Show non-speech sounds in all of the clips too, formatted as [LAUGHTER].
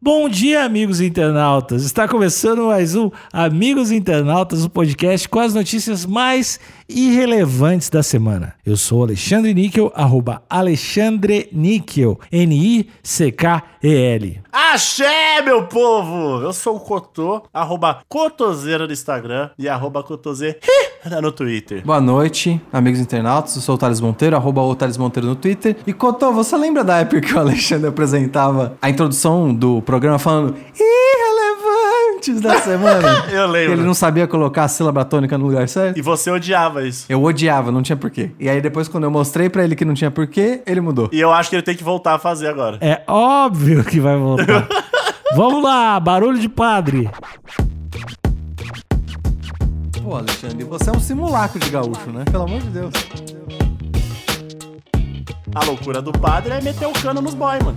Bom dia, amigos internautas. Está começando mais um Amigos Internautas, o podcast com as notícias mais irrelevantes da semana. Eu sou Alexandre Níquel, arroba Alexandre Níquel, N-I-C-K-E-L. Axé, meu povo! Eu sou o Cotô, arroba Cotoseira no Instagram e arroba Cotoseira no Twitter. Boa noite, amigos internautas. Eu sou o Thales Monteiro, arroba o Thales Monteiro no Twitter. E Cotô, você lembra da época que o Alexandre apresentava a introdução do programa falando irrelevantes da semana? [LAUGHS] Eu lembro. Ele não sabia colocar a sílaba tônica no lugar certo? E você odiava isso. Eu odiava, não tinha porquê. E aí depois, quando eu mostrei pra ele que não tinha porquê, ele mudou. E eu acho que ele tem que voltar a fazer agora. É óbvio que vai voltar. Vamos lá, barulho de padre. Pô, Alexandre, você é um simulacro de gaúcho, né? Pelo amor de Deus. A loucura do padre é meter o cano nos boy, mano.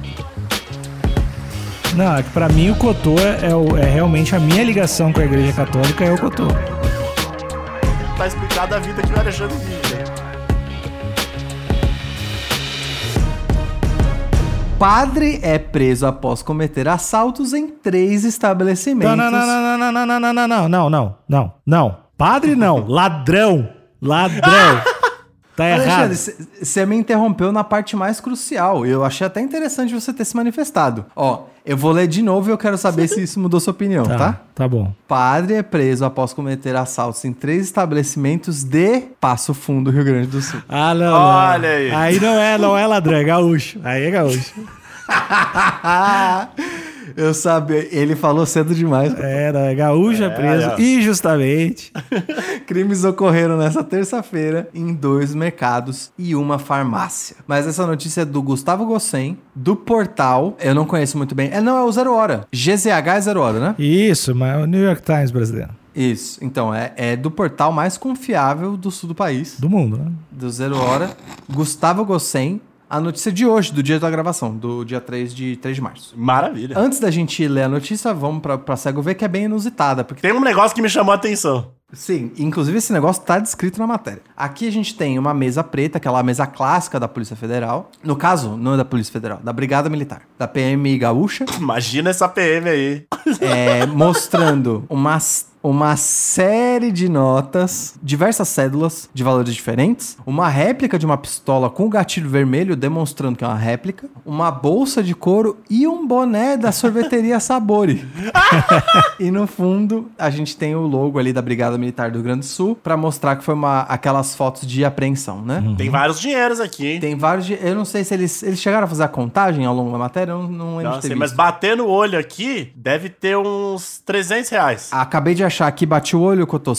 Não, é que pra mim o Cotô é, é o- é realmente a minha ligação com a Igreja Católica é o Cotô. Tá explicada a vida que o Alexandre vive. né? Padre é preso após cometer assaltos em três estabelecimentos. Não, não, não, não, não, não, não, não, não, não, não, não, não, não. Padre [LAUGHS] não, ladrão, ladrão. Tá errado. Alexandre, c- você me interrompeu na parte mais crucial. Eu achei até interessante você ter se manifestado. Ó, eu vou ler de novo e eu quero saber se isso mudou sua opinião, tá? Tá, tá bom. Padre é preso após cometer assaltos em três estabelecimentos de Passo Fundo, Rio Grande do Sul. [LAUGHS] Ah, não. Olha não. aí. Aí não é, não é ladrão, é gaúcho. Aí é gaúcho. eu sabia, ele falou cedo demais. É, não, é gaúcho é preso é. injustamente. Crimes ocorreram nessa terça-feira em dois mercados e uma farmácia. Mas essa notícia é do Gustavo Gossen, do portal. Eu não conheço muito bem. É, não, é o Zero Hora. GZH é Zero Hora, né? Isso, mas é o New York Times brasileiro. Isso, então é, é do portal mais confiável do sul do país, Do mundo, né? do Zero Hora, Gustavo Gossen, a notícia de hoje, do dia da gravação, do dia 3 de, 3 de março. Maravilha. Antes da gente ler a notícia, vamos pra, pra cego ver que é bem inusitada, porque Tem um negócio que me chamou a atenção. Sim, inclusive esse negócio tá descrito na matéria. Aqui a gente tem uma mesa preta, aquela mesa clássica da Polícia Federal. No caso, não é da Polícia Federal, da Brigada Militar, da PM Gaúcha. Imagina essa PM aí. é, mostrando uma, uma série de notas, diversas cédulas de valores diferentes, uma réplica de uma pistola com gatilho vermelho, demonstrando que é uma réplica, uma bolsa de couro e um boné da sorveteria Sabori. [LAUGHS] e no fundo, a gente tem o logo ali da Brigada Militar do Rio Grande do Sul pra mostrar que foi uma, aquelas fotos de apreensão, né? Tem vários dinheiros aqui, hein? Tem vários. de- Eu não sei se eles, eles chegaram a fazer a contagem ao longo da matéria, eu não, não lembro Não um de ter sei, visto. mas bater no olho aqui deve ter uns 300 reais. Acabei de achar aqui, bati o olho, cotou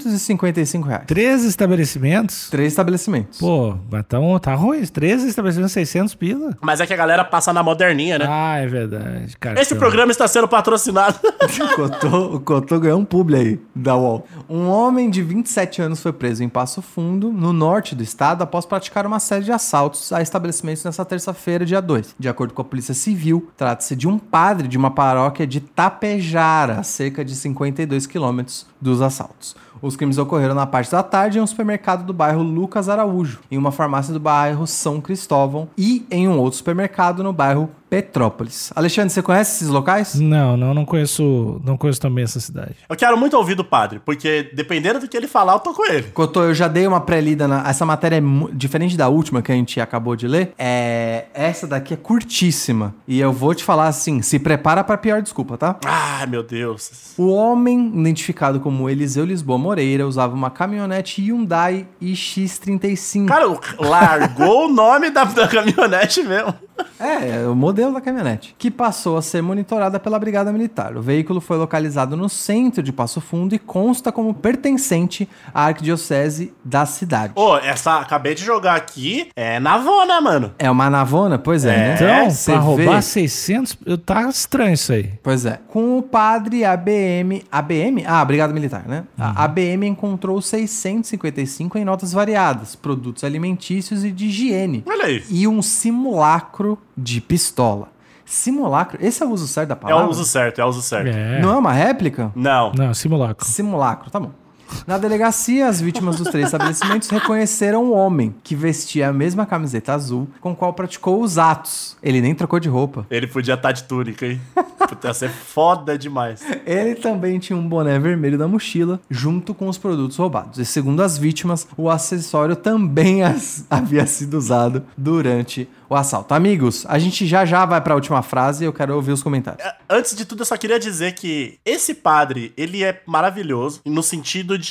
655 reais. Três estabelecimentos. Três estabelecimentos. Pô, mas tá, um- tá ruim. Três estabelecimentos, 600 pila. Mas é que a galera passa na moderninha, né? Ah, é verdade. Cara, Esse programa está sendo patrocinado. [LAUGHS] [LAUGHS] O Cotô, o Cotô ganhou um publi aí da UOL. Um homem de 27 anos foi preso em Passo Fundo, no norte do estado, após praticar uma série de assaltos a estabelecimentos nessa terça-feira, dia 2. De acordo com a Polícia Civil, trata-se de um padre de uma paróquia de Tapejara, a cerca de 52 quilômetros dos assaltos. Os crimes ocorreram na parte da tarde em um supermercado do bairro Lucas Araújo, em uma farmácia do bairro São Cristóvão e em um outro supermercado no bairro Petrópolis. Alexandre, você conhece esses locais? Não, não, não conheço, não conheço também essa cidade. Eu quero muito ouvir do padre, porque dependendo do que ele falar, eu tô com ele. Cotô, eu já dei uma pré-lida na. Essa matéria é mu- diferente da última que a gente acabou de ler. É. Essa daqui é curtíssima. E eu vou te falar assim: se prepara pra pior desculpa, tá? Ah, meu Deus. O homem, identificado como Eliseu Lisboa Moreira, usava uma caminhonete Hyundai iX35. Cara, o- largou o nome da, da caminhonete mesmo. É, é o modelo da caminhonete. Que passou a ser monitorada pela Brigada Militar. O veículo foi localizado no centro de Passo Fundo e consta como pertencente à arquidiocese da cidade. Ô, essa, acabei de jogar aqui, é navona, mano. É uma navona? Pois é. né? Então, Você pra roubar vê- 600, eu- tá estranho isso aí. Pois é. Com o padre ABM. ABM? Ah, Brigada Militar, né? A ABM encontrou 655 em notas variadas, produtos alimentícios e de higiene. Olha aí. E um simulacro de pistola. Simulacro? Esse é o uso certo da É palavra? o uso certo, é o uso certo. É. Não é uma réplica? Não. Não, simulacro. Simulacro, tá bom. Na delegacia, as vítimas dos três estabelecimentos reconheceram o homem, que vestia a mesma camiseta azul com qual praticou os atos. Ele nem trocou de roupa. Ele podia estar de túnica, hein? Puta, ia ser foda demais. Ele também tinha um boné vermelho na mochila, junto com os produtos roubados. E segundo as vítimas, o acessório também as- [LAUGHS] havia sido usado durante o assalto. Amigos, a gente já já vai pra última frase e eu quero ouvir os comentários. Antes de tudo, eu só queria dizer que esse padre, ele é maravilhoso no sentido de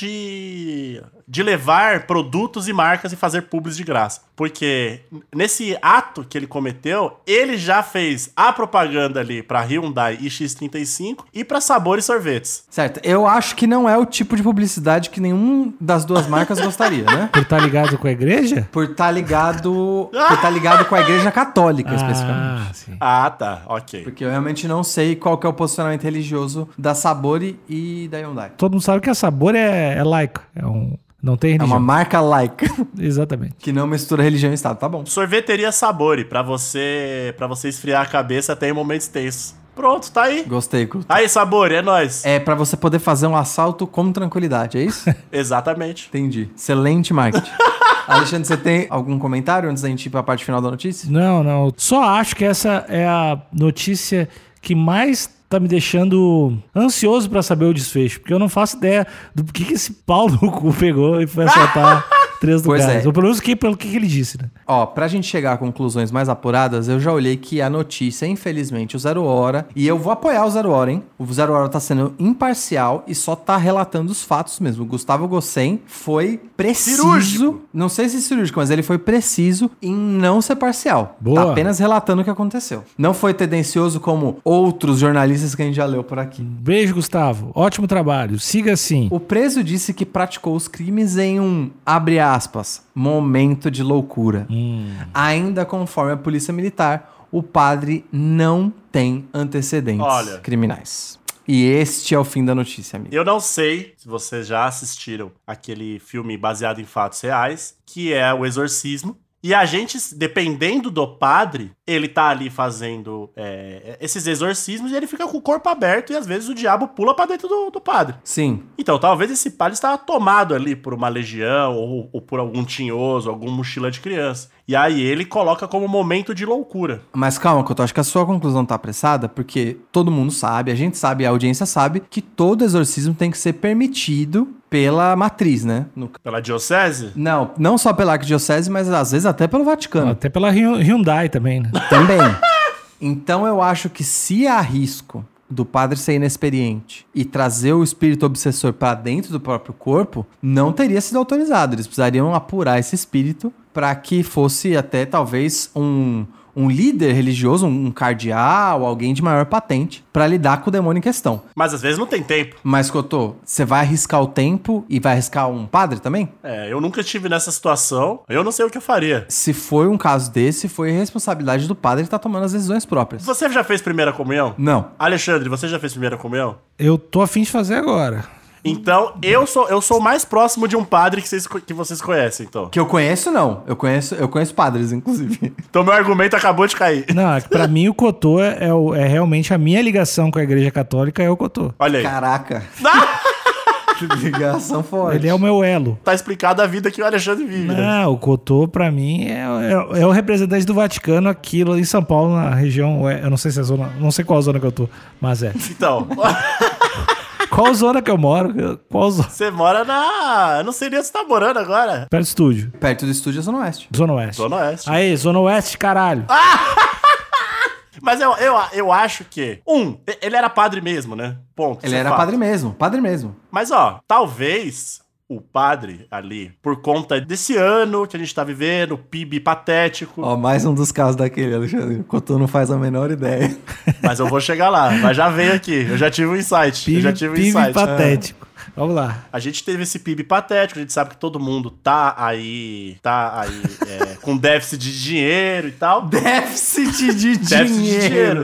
de levar produtos e marcas e fazer pubs de graça. Porque nesse ato que ele cometeu, ele já fez a propaganda ali pra Hyundai e X35 e pra Sabor e Sorvetes. Certo, eu acho que não é o tipo de publicidade que nenhum das duas marcas gostaria, [LAUGHS] né? Por estar tá ligado com a igreja? Por estar ligado, por tá ligado com a igreja católica, especificamente. Ah, sim. Ah, tá, ok. Porque eu realmente não sei qual que é o posicionamento religioso da Sabori e da Hyundai. Todo mundo sabe que a Sabor é, é laica. É um, não tem É religião. uma marca like, [LAUGHS] Exatamente. que não mistura religião e Estado, tá bom. Sorveteria Sabore, pra você, para você esfriar a cabeça até em momentos tensos. Pronto, tá aí. Gostei, Couto. Aí, Sabore, é nóis. É pra você poder fazer um assalto com tranquilidade, é isso? Exatamente. Entendi. Excelente marketing. Alexandre, você tem algum comentário antes da gente ir pra parte final da notícia? Não, não. Só acho que essa é a notícia que mais tá me deixando ansioso pra saber o desfecho, porque eu não faço ideia do que, que esse pau no cu [LAUGHS] pegou e foi [LAUGHS] assaltar três Pois lugares. é. Ou pelo menos que, pelo que, que ele disse, né? Ó, pra gente chegar a conclusões mais apuradas, eu já olhei que a notícia, infelizmente, o Zero Hora, e eu vou apoiar o Zero Hora, hein? O Zero Hora tá sendo imparcial e só tá relatando os fatos mesmo. O Gustavo Gossen foi preciso. Cirúrgico. Não sei se cirúrgico, mas ele foi preciso em não ser parcial. Boa. Tá apenas relatando o que aconteceu. Não foi tendencioso como outros jornalistas que a gente já leu por aqui. Beijo, Gustavo. Ótimo trabalho. Siga assim. O preso disse que praticou os crimes em um, abre aspas, momento de loucura. Hum. Ainda conforme a polícia militar, o padre não tem antecedentes Olha. criminais. E este é o fim da notícia, amigo. Eu não sei se vocês já assistiram aquele filme baseado em fatos reais, que é O Exorcismo. E a gente, dependendo do padre, ele tá ali fazendo é, esses exorcismos e ele fica com o corpo aberto e às vezes o diabo pula pra dentro do, do padre. Sim, Então, talvez esse padre estava tomado ali por uma legião ou, ou por algum tinhoso, algum mochila de criança. E aí ele coloca como momento de loucura. mas calma, que eu acho que a sua conclusão tá apressada, porque todo mundo sabe, a gente sabe, a audiência sabe, que todo exorcismo tem que ser permitido pela matriz, né? No- Pela diocese? Não, não só pela arquidiocese, mas às vezes até pelo Vaticano. Até pela Hyu- Hyundai também, né? Também. Então eu acho que se há risco do padre ser inexperiente e trazer o espírito obsessor pra dentro do próprio corpo, não teria sido autorizado. Eles precisariam apurar esse espírito pra que fosse até talvez um, um líder religioso, um cardeal, alguém de maior patente, pra lidar com o demônio em questão. Mas às vezes não tem tempo. Mas, Cotô, você vai arriscar o tempo e vai arriscar um padre também? É, eu nunca estive nessa situação. Eu não sei o que eu faria. Se foi um caso desse, foi responsabilidade do padre estar tomando as decisões próprias. Você já fez primeira comunhão? Não. Alexandre, você já fez primeira comunhão? [LAUGHS] Eu tô afim de fazer agora. Então, eu sou eu sou mais próximo de um padre que vocês, co- que vocês conhecem, então. Que eu conheço, não. Eu conheço, eu conheço padres, inclusive. Então, meu argumento acabou de cair. Não, é que pra mim o Cotô é, é o- é realmente a minha ligação com a igreja católica é o Cotô. Olha aí. [LAUGHS] Caraca. que ligação forte. Ele é o meu elo. Tá explicada a vida que o Alexandre vive. né? Não, o Cotô, pra mim, é, é- é o representante do Vaticano aqui lá em São Paulo, na região. é, eu não sei se é zona. Não sei qual zona que eu tô, mas é. Então, [LAUGHS] Qual zona que eu moro? Qual zona? você mora na. Eu não sei nem onde você tá morando agora. Perto do estúdio. Perto do estúdio Zona Oeste. Zona Oeste. Zona Oeste. Aí, Zona Oeste, caralho. Mas eu, eu, eu acho que. Um, e- ele era padre mesmo, né? Ponto. Ele Isso é era fato. padre mesmo, padre mesmo. Mas ó, talvez o padre ali, por conta desse ano que a gente tá vivendo, PIB patético. Ó, mais um dos casos daquele, Alexandre. O Cotô não faz a menor [LAUGHS] ideia. Mas eu vou chegar lá. Mas já veio aqui. Eu já tive um insight. eu já Pive, tive um pive insight. É. patético. Vamos lá. A gente teve esse PIB patético, a gente sabe que todo mundo tá aí, tá aí é, com déficit de dinheiro e tal. Déficit de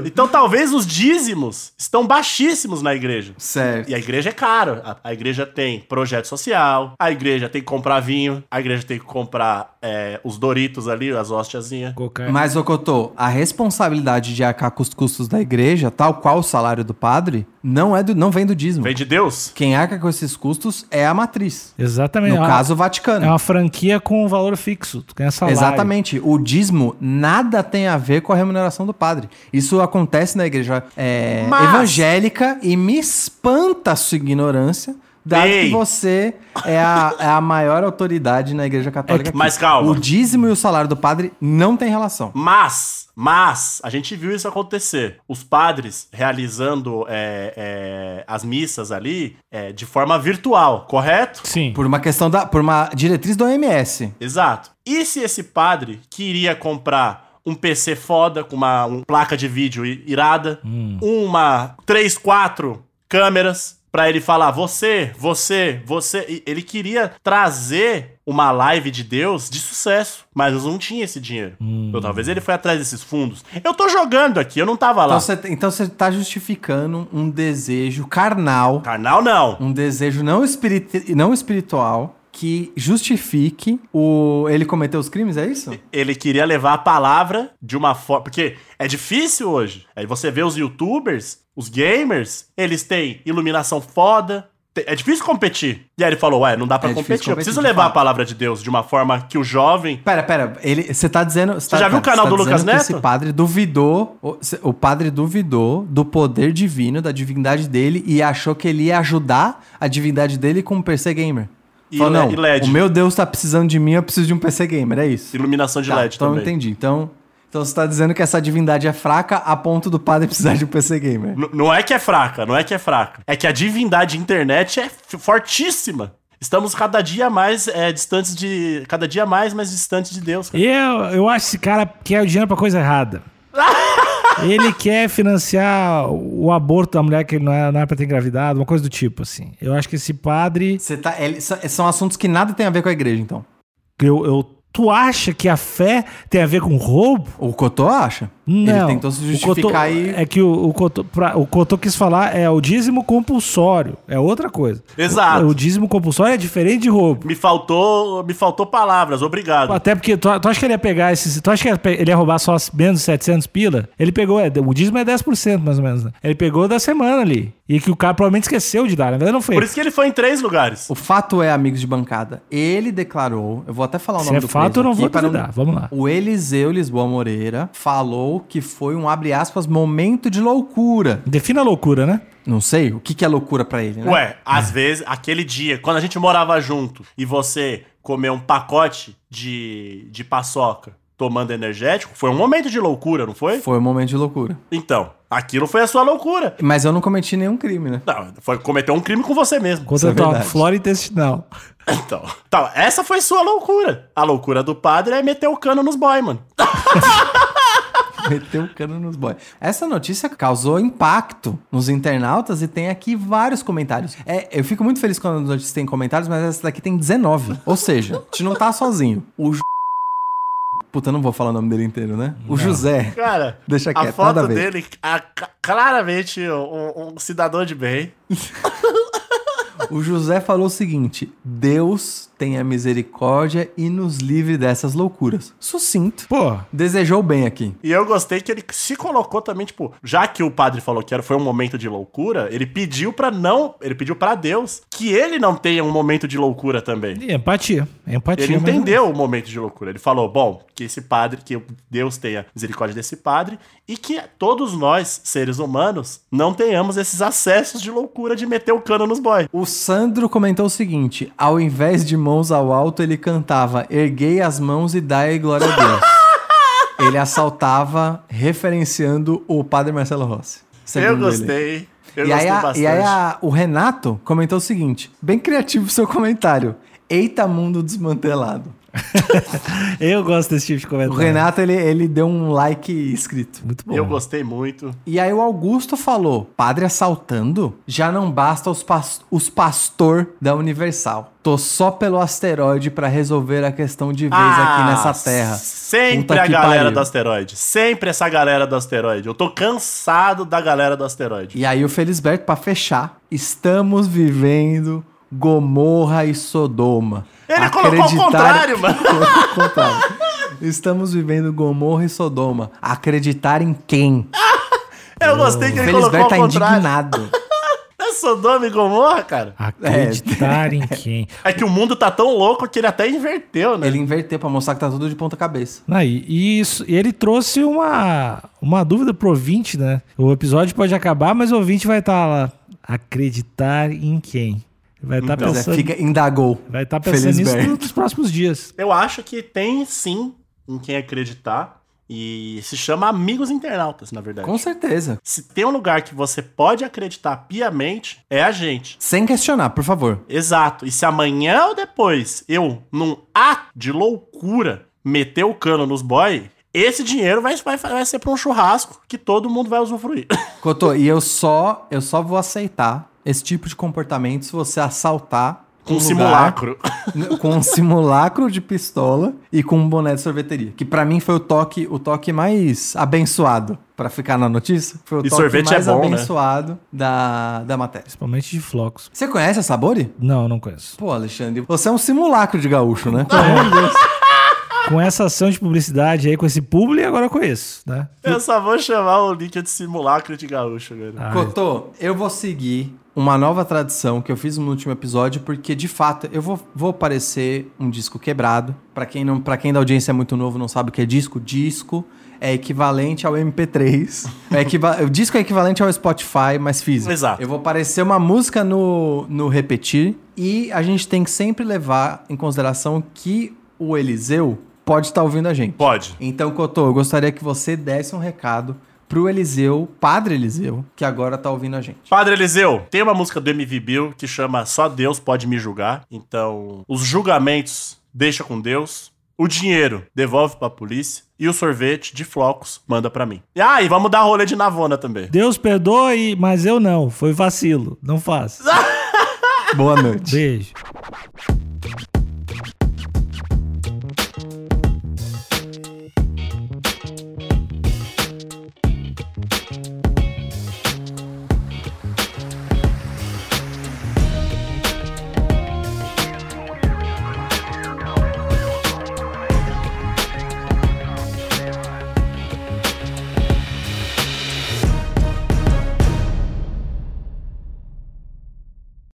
Então talvez os dízimos estão baixíssimos na igreja. Certo. E a igreja é caro. A, a igreja tem projeto social, a igreja tem que comprar vinho, a igreja tem que comprar é, os Doritos ali, as hostiazinhas. Coca- Mas, ô Cotô, a responsabilidade de arcar com os custos da igreja, tal qual o salário do padre, não, é do, não vem do dízimo. Vem de Deus? Quem arca com com esses custos é a matriz. Exatamente. No é uma- caso, o Vaticano. é uma franquia com um valor fixo. Tu ganha salário. né? Exatamente. O dízimo nada tem a ver com a remuneração do padre. Isso acontece na igreja é, Mas- evangélica e me espanta a sua ignorância, dado Ei. que você é a, é a maior autoridade na igreja É católica. que- aqui. mas calma. O dízimo e o salário do padre não tem relação. Mas, mas, a gente viu isso acontecer. Os padres realizando é, é, as missas ali é, de forma virtual, correto? Sim. Por uma questão da. Por uma diretriz da OMS. Exato. E se esse padre queria comprar um PC foda, com uma, um placa de vídeo i- irada, uma, três, quatro câmeras, pra ele falar, você, você, você. E Ele queria trazer uma live de Deus de sucesso, mas não tinha esse dinheiro. Então talvez ele foi atrás desses fundos. Eu tô jogando aqui, eu não tava lá. Então você, então você tá justificando um desejo carnal Carnal não. um desejo não, espiriti- não espiritual que justifique o ele cometer os crimes, é isso? Ele queria levar a palavra de uma forma. Porque é difícil hoje. Aí você vê os youtubers, os gamers, eles têm iluminação foda. te- É difícil competir. E aí ele falou: Ué, não dá pra É difícil competir. Eu competir, preciso de levar a fato." palavra de Deus de uma forma que o jovem. Pera, pera, ele, você tá dizendo... Você, tá- já viu o tá- canal você tá do Lucas dizendo que Neto? Esse padre duvidou, o, se- o padre duvidou do poder divino, da divindade dele e achou que ele ia ajudar a divindade dele com um PC gamer. E Falou, le- não, e LED. o meu Deus tá precisando de mim, eu preciso de um PC gamer, é isso. Iluminação de Tá, LED então eu também. entendi. Então, então você tá dizendo que essa divindade é fraca a ponto do padre [LAUGHS] precisar de um PC gamer. N- não é que é fraca, não é que é fraca. É que a divindade internet é f- fortíssima. Estamos cada dia mais é, distantes de. Cada dia mais, mais distantes de Deus. cara. Eu, eu acho que esse cara quer o dinheiro pra coisa [LAUGHS] errada. ele quer financiar o aborto da mulher que ele não era, não era pra ter engravidado, uma coisa do tipo, assim. Eu acho que esse padre. Você tá, ele- são- são assuntos que nada tem a ver com a igreja, então. Eu, eu- tu acha que a fé tem a ver com roubo? O Cotô acha? Não. Ele tentou se O Cotô- justificar e. É que o, o, Cotô, pra- o Cotô quis falar é o dízimo compulsório. É outra coisa. Exato. O, o dízimo compulsório é diferente de roubo. Me faltou, me faltou palavras, obrigado. Até porque tu, tu acha que ele ia pegar esses. Tu acha que ia pe- ele ia roubar só as menos 700 pila? Ele pegou, é, o dízimo é 10% mais ou menos, né? Ele pegou da semana ali. E que o cara provavelmente esqueceu de dar. Na verdade, não foi. Por isso que ele foi em três lugares. O fato é, amigos de bancada, ele declarou. Eu vou até falar o Se nome é do né? fato, preso eu não aqui vou para duvidar. Vamos lá. O Eliseu Lisboa Moreira falou que foi um, abre aspas, momento de loucura. Defina a loucura, né? Não sei o que, que é loucura pra ele, né? Ué, às vezes, aquele dia, quando a gente morava junto e você comeu um pacote de, de paçoca tomando energético, foi um momento de loucura, não foi? Foi um momento de loucura. Então, aquilo foi a sua loucura. Mas eu não cometi nenhum crime, né? Não, foi cometer um crime com você mesmo. Contra é a tua verdade. flora intestinal. [LAUGHS] Então, então, essa foi sua loucura. A loucura do padre é meter o cano nos boy, mano. [LAUGHS] Meteu o cano nos boys. Essa notícia causou impacto nos internautas e tem aqui vários comentários. É, eu fico muito feliz quando as notícias têm comentários, mas essa daqui tem 19. Ou seja, a gente não tá sozinho. O J... Puta, eu não vou falar o nome dele inteiro, né? O José. Cara, Deixa a quieto, nada a foto ver. dele, a- claramente um, um cidadão de bem. O José falou o seguinte: Deus tenha misericórdia e nos livre dessas loucuras. Sucinto. Pô, Desejou bem aqui. E eu gostei que ele se colocou também, tipo, já que o padre falou que era, foi um momento de loucura, ele pediu pra não, ele pediu pra Deus que ele não tenha um momento de loucura também. empatia. Empatia. Ele mas- é um entendeu o momento de loucura. Ele falou, bom, que esse padre, que Deus tenha misericórdia desse padre e que todos nós, seres humanos, não tenhamos esses acessos de loucura de meter o cano nos boy. O Sandro comentou o seguinte: ao invés de mãos ao alto, ele cantava Erguei as mãos e dai glória [LAUGHS] a Deus. ele assaltava, referenciando o padre Marcelo Rossi. Eu segundo ele. gostei. Eu e, aí gostei a- bastante. e aí a- o Renato comentou o seguinte: bem criativo o seu comentário. Eita, mundo desmantelado. [LAUGHS] Eu gosto desse tipo de O comentário. Renato, ele, ele deu um like escrito. Muito bom. Eu gostei muito. E aí o Augusto falou: padre assaltando? Já não basta os, pas os pastor da Universal. Tô só pelo asteroide pra resolver a questão de vez Ah, aqui nessa terra. Sempre Puta a que galera pariu. do asteroide. Sempre essa galera do asteroide. Eu tô cansado da galera do asteroide. E aí o Felisberto, pra fechar, estamos vivendo Gomorra e Sodoma. Ele colocou ao Acreditar- contrário, mano. [LAUGHS] Colocou ao contrário. Estamos vivendo Gomorra e Sodoma. Acreditar em quem? Eu gostei que O ele colocou ao Felisberto tá contrário. indignado. Não, é Sodoma e Gomorra, cara? Acreditar em quem? É que o mundo tá tão louco que ele até inverteu, né? Ele inverteu pra mostrar que tá tudo de ponta cabeça. Não, e, e isso, e ele trouxe uma, uma dúvida pro ouvinte, né? O episódio pode acabar, mas o ouvinte vai estar lá. Acreditar em quem? Vai estar Pois é, pensando, fica indagou. vai tá pensando nisso Felisberto. nos próximos dias. Eu acho que tem sim em quem acreditar. E se chama Amigos Internautas, na verdade. Com certeza. Se tem um lugar que você pode acreditar piamente, é a gente. Sem questionar, por favor. Exato. E se amanhã ou depois eu, num ato de loucura, meter o cano nos boy, esse dinheiro vai, vai, vai ser pra um churrasco que todo mundo vai usufruir. Cotô, e eu só, eu só vou aceitar esse tipo de comportamento se você assaltar Com [LAUGHS] um lugar [LAUGHS] simulacro. com um simulacro de pistola e com um boné de sorveteria, que pra mim foi o toque, o toque mais abençoado Pra ficar na notícia. Foi o E toque sorvete é mais bom, né? abençoado da, da matéria. Principalmente de flocos. Você conhece a Sabori? Não, não [LAUGHS] conheço. Pô, Alexandre, você é um simulacro de gaúcho, né? É. Com essa ação de publicidade aí, com esse publi, agora eu conheço, né? Eu só vou chamar o link de simulacro de gaúcho, velho. Ah, Cotô, eu vou seguir uma nova tradição que eu fiz no último episódio, porque de fato eu vou, vou parecer um disco quebrado. Pra quem não, para quem da audiência é muito novo não sabe o que é disco, disco é equivalente ao MP3. É equiva- o disco é equivalente ao Spotify, mas físico. Exato. Eu vou parecer uma música no, no repetir e a gente tem que sempre levar em consideração que o Eliseu pode estar ouvindo a gente. Pode. Então, Cotô, eu gostaria que você desse um recado pro Eliseu, Padre Eliseu, que agora tá ouvindo a gente. Padre Eliseu, tem uma música do MV Bill que chama Só Deus Pode Me Julgar. Então, os julgamentos deixa com Deus. O dinheiro devolve pra polícia. E o sorvete de flocos manda pra mim. Ah, e vamos dar rolê de navona também. Deus perdoe, mas eu não. Foi vacilo. Não faço. Boa noite. Beijo.